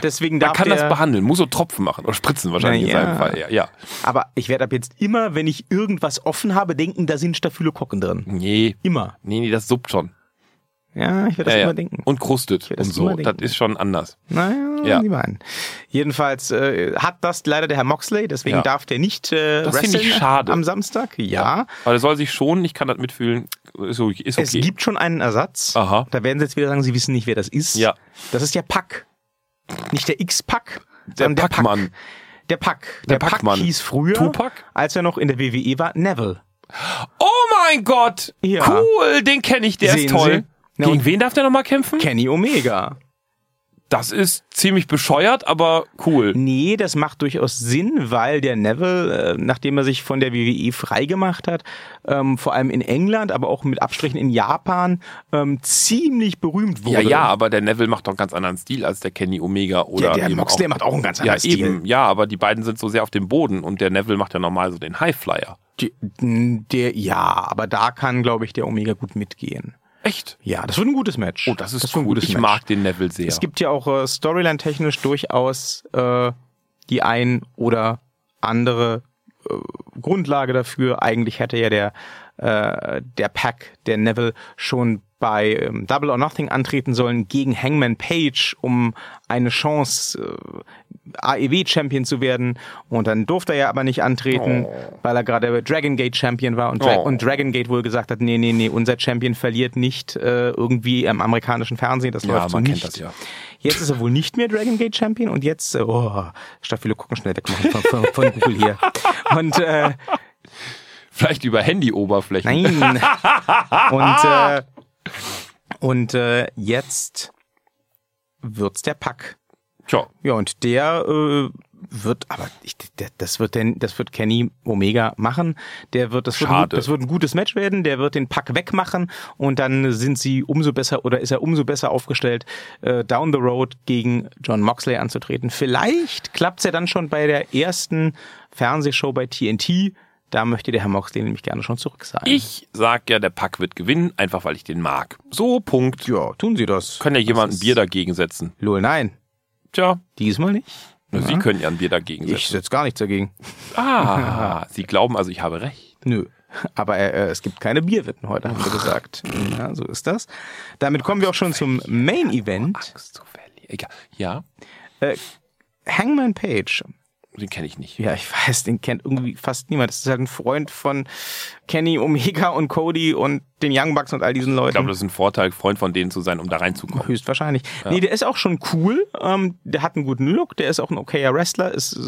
S1: Deswegen
S2: Man
S1: darf
S2: kann
S1: der,
S2: das behandeln, muss so Tropfen machen oder Spritzen wahrscheinlich
S1: Na
S2: in seinem
S1: ja.
S2: Fall. Ja, ja.
S1: Aber ich werde ab jetzt immer, wenn ich irgendwas offen habe, denken, da sind Staphylokokken drin.
S2: Nee,
S1: Immer.
S2: nee, nee, das suppt schon.
S1: Ja, ich werde das
S2: Ja, ja.
S1: immer denken.
S2: Und krustet
S1: werd
S2: und
S1: das
S2: so.
S1: immer
S2: Das
S1: denken.
S2: ist schon anders.
S1: Naja,
S2: Ja.
S1: ja. lieber an. Jedenfalls äh, hat das leider der Herr Moxley, deswegen
S2: Ja.
S1: darf der nicht äh,
S2: Das finde ich
S1: wresteln
S2: schade.
S1: am Samstag. Ja.
S2: Aber der soll sich schon, ich kann das mitfühlen, ist o- ist okay.
S1: Es gibt schon einen Ersatz.
S2: Aha.
S1: Da werden sie jetzt wieder sagen, sie wissen nicht, wer das ist.
S2: Ja.
S1: Das ist der Pack. Nicht der X-Pack,
S2: der
S1: sondern der Pack.
S2: Packmann.
S1: Der Pack.
S2: Der
S1: Der, Pack
S2: Packmann.
S1: hieß früher,
S2: Tupac?
S1: als er noch in der WWE war, Neville.
S2: Oh mein Gott!
S1: Ja.
S2: Cool, den kenne ich, der
S1: Sehen
S2: ist toll.
S1: Sie? Na
S2: Gegen
S1: und-
S2: wen darf der nochmal kämpfen?
S1: Kenny Omega.
S2: Das ist ziemlich bescheuert, aber cool.
S1: Nee, das macht durchaus Sinn, weil der Neville, äh, nachdem er sich von der WWE freigemacht hat, ähm, vor allem in England, aber auch mit Abstrichen in Japan, ähm, ziemlich berühmt
S2: Ja,
S1: wurde.
S2: ja, aber der Neville macht doch einen ganz anderen Stil als der Kenny Omega oder
S1: Ja, der
S2: eben
S1: Moxley
S2: auch,
S1: macht auch einen ganz
S2: Ja,
S1: anderen Stil.
S2: eben, ja, aber die beiden sind so sehr auf dem Boden und der Neville macht ja normal so den Highflyer.
S1: Die- Der, ja, aber da kann, glaube ich, der Omega gut mitgehen.
S2: Echt?
S1: Ja, das wird ein gutes Match.
S2: Oh, das ist
S1: wird
S2: cool. ich mag den Neville sehr.
S1: Es gibt ja auch äh, Storyline-technisch durchaus äh, die ein oder andere äh, Grundlage dafür. Eigentlich hätte ja der, äh, der Pack, der Neville, schon bei ähm, Double or Nothing antreten sollen gegen Hangman Page, um eine Chance äh, AEW-Champion zu werden. Und dann durfte er ja aber nicht antreten, weil er gerade Dragon Gate-Champion war und, Dra
S2: Oh.
S1: und Dragon Gate wohl gesagt hat, nee, nee, nee, unser Champion verliert nicht äh, irgendwie im amerikanischen Fernsehen. Das
S2: ja,
S1: läuft so
S2: man
S1: nicht.
S2: kennt das ja.
S1: Jetzt ist er wohl nicht mehr Dragon Gate Champion und jetzt, äh, oh, Staffel, gucken schnell weg machen von, von, von Google hier. Und äh,
S2: Vielleicht über Handyoberflächen.
S1: nein. Und, äh, und äh, jetzt wird's der Pack.
S2: Tja,
S1: Ja, und der äh, wird, aber ich, der, das wird denn, das wird Kenny Omega machen. Der wird, das wird, ein,
S2: Schade.
S1: gut- das wird ein gutes Match werden. Der wird den Pack wegmachen und dann sind sie umso besser oder ist er umso besser aufgestellt, äh, down the road gegen John Moxley anzutreten. Vielleicht klappt's ja dann schon bei der ersten Fernsehshow bei TNT. Da möchte der Herr Moxley nämlich gerne schon zurück sein.
S2: ich sag ja, der Pack wird gewinnen, einfach weil ich den mag. So, Punkt.
S1: ja, tun Sie das.
S2: Kann ja jemand ein
S1: ist-
S2: Bier dagegen setzen.
S1: Lol, nein,
S2: Tja,
S1: diesmal nicht.
S2: nur Sie können ja ein Bier dagegen
S1: Ich
S2: setzen.
S1: setz gar nichts dagegen.
S2: ah, Sie glauben also, ich habe recht.
S1: Nö. Aber äh, es gibt keine Bierwetten heute, haben wir gesagt. Ja, so ist das. Damit kommen wir auch schon zum Main Event. Äh,
S2: Angst zu verlieren. Egal. Ja,
S1: Hangman Page.
S2: den kenne ich nicht.
S1: Ja, ich weiß, den kennt irgendwie fast niemand. Das ist halt ein Freund von Kenny Omega und Cody und den Young Bucks und all diesen
S2: Ich glaube,
S1: Leuten.
S2: das ist ein Vorteil, Freund von denen zu sein, um da reinzukommen.
S1: Höchstwahrscheinlich. Nee, der ist auch schon cool. Ähm, der hat einen guten Look. Der ist auch ein okayer Wrestler. Ist äh,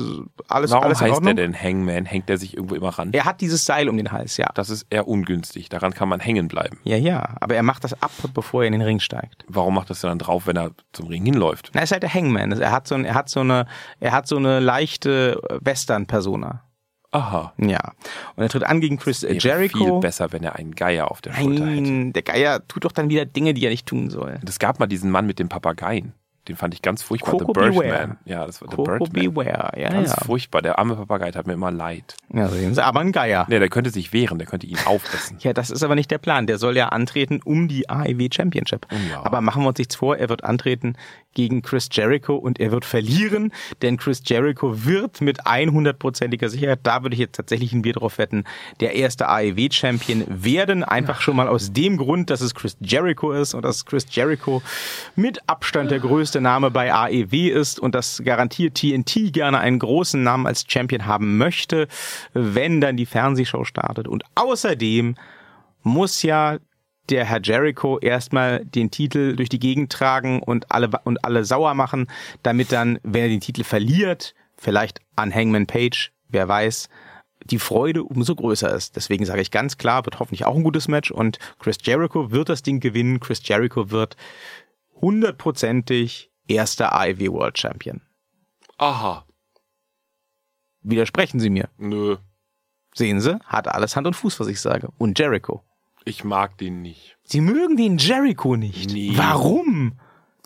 S1: alles,
S2: Warum
S1: alles in
S2: heißt der
S1: Ordnung.
S2: denn Hangman? Hängt der sich irgendwo immer ran?
S1: Er hat dieses Seil um den Hals, ja.
S2: Das ist eher ungünstig. Daran kann man hängen bleiben.
S1: Ja, ja. Aber er macht das ab, bevor er in den Ring steigt.
S2: Warum macht das denn dann drauf, wenn er zum Ring hinläuft?
S1: Na, ist halt der Hangman. Er hat so, ein, er hat so eine, er hat so eine leichte Western-Persona.
S2: Aha.
S1: Ja. Und er tritt an gegen Chris äh,
S2: Wäre Viel
S1: Jericho.
S2: besser, wenn er einen Geier auf der Schulter hätte.
S1: Nein, der Geier tut doch dann wieder Dinge, die er nicht tun soll.
S2: Und es gab mal diesen Mann mit dem Papageien. Den fand ich ganz furchtbar.
S1: Coco
S2: The Birdman.
S1: Beware.
S2: Ja, das war The
S1: Coco
S2: Birdman.
S1: beware, ja,
S2: Ganz
S1: ja.
S2: furchtbar. Der arme Papagei tat mir immer leid.
S1: ja sehen Sie, aber ein Geier.
S2: Nee, der könnte sich wehren, der könnte ihn aufessen.
S1: Ja, das ist aber nicht der Plan. Der soll ja antreten um die AEW Championship.
S2: Ja.
S1: Aber machen wir uns nichts vor, er wird antreten gegen Chris Jericho und er wird verlieren, denn Chris Jericho wird mit 100%iger Sicherheit, da würde ich jetzt tatsächlich ein Bier drauf wetten, der erste AEW Champion werden. Einfach schon mal aus dem Grund, dass es Chris Jericho ist und dass Chris Jericho mit Abstand der größte Name bei AEW ist und das garantiert TNT gerne einen großen Namen als Champion haben möchte, wenn dann die Fernsehshow startet. Und außerdem muss ja der Herr Jericho erstmal den Titel durch die Gegend tragen und alle und alle sauer machen, damit dann, wenn er den Titel verliert, vielleicht an Hangman Page, wer weiß, die Freude umso größer ist. Deswegen sage ich ganz klar, wird hoffentlich auch ein gutes Match und Chris Jericho wird das Ding gewinnen. Chris Jericho wird hundertprozentig erster AEW World Champion.
S2: Aha.
S1: Widersprechen Sie mir.
S2: Nö.
S1: Sehen Sie, hat alles Hand und Fuß, was ich sage. Und Jericho.
S2: Ich mag den nicht.
S1: Sie mögen den Jericho nicht.
S2: Nee.
S1: Warum?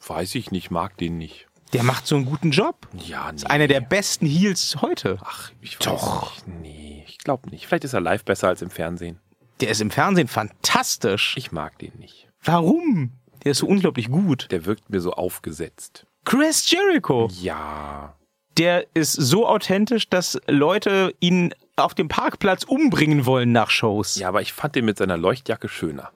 S2: Weiß ich nicht, mag den nicht.
S1: Der macht so einen guten Job.
S2: Ja, nee.
S1: Ist einer der besten Heels heute.
S2: Ach, ich weiß
S1: Doch.
S2: Nicht. Nee, ich glaube nicht. Vielleicht ist er live besser als im Fernsehen.
S1: Der ist im Fernsehen fantastisch.
S2: Ich mag den nicht.
S1: Warum? Der ist so unglaublich gut.
S2: Der wirkt mir so aufgesetzt.
S1: Chris Jericho.
S2: Ja.
S1: Der ist so authentisch, dass Leute ihn auf dem Parkplatz umbringen wollen nach Shows.
S2: Ja, aber ich fand den mit seiner Leuchtjacke schöner.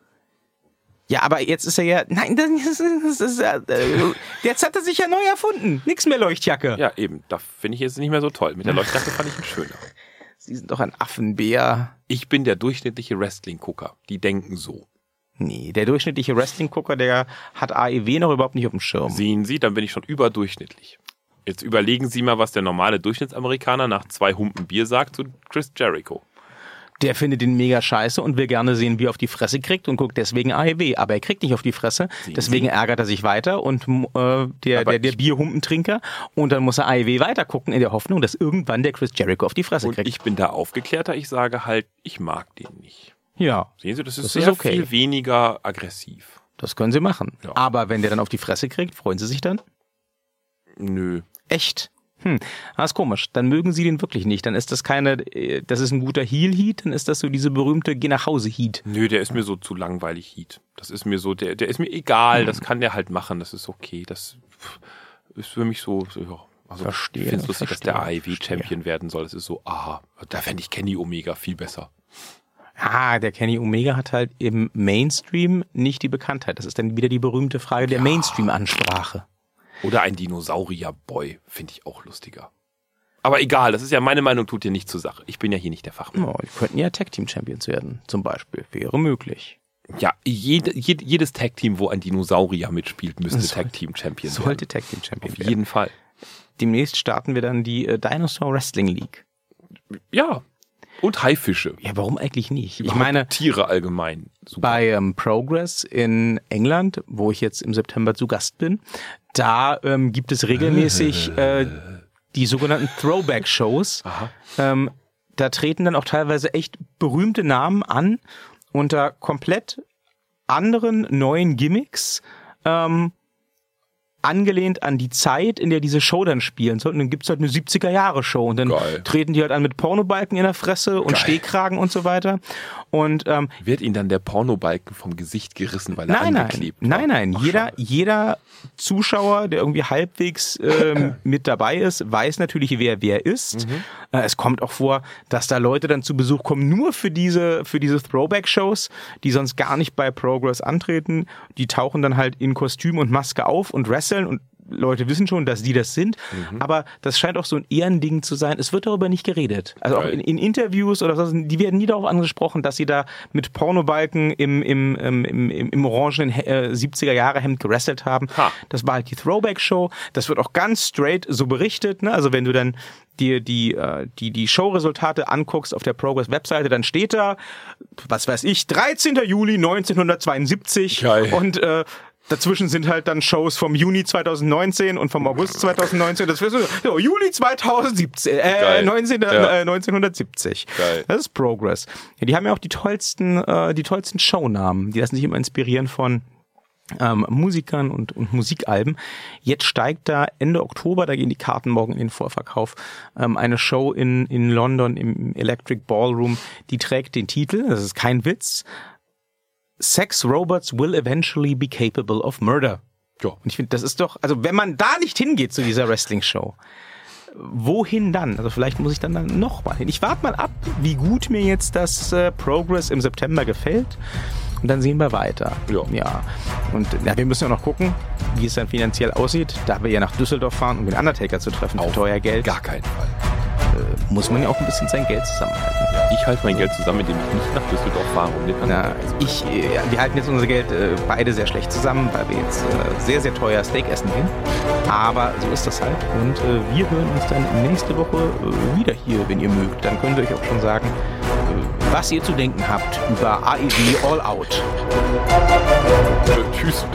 S1: Ja, aber jetzt ist er ja. Nein, das ist, das ist ja, äh, jetzt hat er sich ja neu erfunden. Nix mehr Leuchtjacke.
S2: Ja, eben. Da finde ich jetzt nicht mehr so toll. Mit der Leuchtjacke fand ich ihn schöner.
S1: Sie sind doch ein Affenbär.
S2: Ich bin der durchschnittliche Wrestling-Gucker. Die denken so.
S1: Nee, der durchschnittliche Wrestling-Gucker, der hat AEW noch überhaupt nicht auf dem Schirm.
S2: Sehen Sie, dann bin ich schon überdurchschnittlich. Jetzt überlegen Sie mal, was der normale Durchschnittsamerikaner nach zwei Humpen Bier sagt zu Chris Jericho.
S1: Der findet den mega scheiße und will gerne sehen, wie er auf die Fresse kriegt und guckt deswegen AEW. Aber er kriegt nicht auf die Fresse, deswegen ärgert er sich weiter und m, äh, der,
S2: Aber
S1: der, der
S2: ich-
S1: Bierhumpentrinker. Und dann muss er AEW weitergucken in der Hoffnung, dass irgendwann der Chris Jericho auf die Fresse
S2: Und
S1: kriegt.
S2: ich bin da aufgeklärter. Ich sage halt, ich mag den nicht.
S1: ja,
S2: Sehen Sie, das ist
S1: Das ist
S2: sehr
S1: okay.
S2: viel weniger aggressiv.
S1: das können sie machen.
S2: Ja.
S1: Aber wenn der dann auf die Fresse kriegt, freuen sie sich dann?
S2: Nö.
S1: Echt? Hm, das ist komisch. Dann mögen sie den wirklich nicht. Dann ist das keine, äh, das ist ein guter Heel-Heat, dann ist das so diese berühmte Geh-nach-Hause-Heat.
S2: Nö, der ist mir so zu langweilig, Heat. Das ist mir so, der, der ist mir egal,
S1: Mhm.
S2: das kann der halt machen, das ist okay. Das pff, ist für mich so, so ja. Also,
S1: Verstehe,
S2: ich finde es lustig, dass der
S1: verstehe,
S2: AIW-Champion werden soll. Das ist so, aha, da fände ich Kenny Omega viel besser.
S1: Ah, der Kenny Omega hat halt im Mainstream nicht die Bekanntheit. Das ist dann wieder die berühmte Frage der Mainstream-Ansprache.
S2: Oder ein Dinosaurier-Boy finde ich auch lustiger. Aber egal, das ist ja meine Meinung, tut dir nicht zur Sache. Ich bin ja hier nicht der Fachmann.
S1: Oh, die könnten ja Tag-Team-Champions werden, zum Beispiel. Wäre möglich.
S2: Ja, jede, jed- jedes Tag-Team, wo ein Dinosaurier mitspielt, müsste
S1: Soll-
S2: Tag-Team-Champion sein.
S1: Sollte Tag-Team-Champion
S2: Auf
S1: werden.
S2: jeden Fall.
S1: Demnächst starten wir dann die äh, Dinosaur Wrestling League.
S2: Ja. Und Haifische.
S1: Ja, warum eigentlich nicht? Ich
S2: Überhaupt
S1: meine,
S2: Tiere allgemein. Super.
S1: bei ähm, Progress in England, wo ich jetzt im September zu Gast bin, da ähm, gibt es regelmäßig äh, die sogenannten Throwback-Shows. Ähm, da treten dann auch teilweise echt berühmte Namen an unter komplett anderen neuen Gimmicks. Ähm, angelehnt an die Zeit, in der diese Show dann spielen soll. Und dann gibt's halt eine 70er-Jahre-Show. Und dann
S2: Geil.
S1: treten die halt an mit Pornobalken in der Fresse und
S2: Geil.
S1: Stehkragen und so weiter. Und ähm,
S2: Wird ihnen dann der Pornobalken vom Gesicht gerissen, weil er
S1: Nein, nein,
S2: angeklebt
S1: nein,
S2: war?
S1: nein.
S2: Ach,
S1: Jeder,
S2: schade.
S1: jeder Zuschauer, der irgendwie halbwegs ähm, mit dabei ist, weiß natürlich, wer wer ist.
S2: Mhm.
S1: Äh, es kommt auch vor, dass da Leute dann zu Besuch kommen, nur für diese, für diese Throwback-Shows, die sonst gar nicht bei Progress antreten. Die tauchen dann halt in Kostüm und Maske auf und wresteln und Leute wissen schon, dass die das sind,
S2: Mhm.
S1: aber das scheint auch so ein Ehrending zu sein. Es wird darüber nicht geredet. Also auch
S2: Geil.
S1: in, in Interviews oder so, die werden nie darauf angesprochen, dass sie da mit Pornobalken im, im, im, im, im, im orangenen He- äh, 70er-Jahre-Hemd gerasselt haben.
S2: Ha.
S1: Das war halt die Throwback-Show. Das wird auch ganz straight so berichtet. Ne? Also wenn du dann dir die, äh, die, die Showresultate anguckst auf der Progress-Webseite, dann steht da, was weiß ich, 13. Juli 1972
S2: Geil.
S1: und äh, Dazwischen sind halt dann Shows vom Juni 2019 und vom August 2019. Das wäre so, so Juli 2017, äh,
S2: Geil.
S1: 19,
S2: Ja.
S1: äh, 1970.
S2: Geil.
S1: Das ist Progress. Ja, die haben ja auch die tollsten, äh, die tollsten Shownamen. Die lassen sich immer inspirieren von ähm, Musikern und, und Musikalben. Jetzt steigt da Ende Oktober, da gehen die Karten morgen in den Vorverkauf, ähm, eine Show in, in London im Electric Ballroom, die trägt den Titel, das ist kein Witz, Sex Robots Will Eventually Be Capable of Murder.
S2: Ja.
S1: Und ich finde, das ist doch, also wenn man da nicht hingeht zu dieser Wrestling-Show, wohin dann? Also vielleicht muss ich dann, dann nochmal hin. Ich warte mal ab, wie gut mir jetzt das äh, Progress im September gefällt. Und dann sehen wir weiter.
S2: Ja.
S1: ja. Und na, wir müssen ja noch gucken, wie es dann finanziell aussieht, da wir ja nach Düsseldorf fahren, um den Undertaker zu treffen. Auf teuer Geld.
S2: Gar keinen Fall.
S1: äh, muss man ja auch ein bisschen sein Geld zusammenhalten.
S2: Ich halte mein Geld zusammen, indem ich nicht nach Düsseldorf fahre, um den
S1: Na,
S2: anderen Preis zu bezahlen.
S1: ich, äh, wir halten jetzt unser Geld äh, beide sehr schlecht zusammen, weil wir jetzt äh, sehr, sehr teuer Steak essen gehen. Aber so ist das halt. Und äh, wir hören uns dann nächste Woche äh, wieder hier, wenn ihr mögt. Dann könnt ihr euch auch schon sagen, äh, was ihr zu denken habt E über AEW All Out.
S2: Tschüss.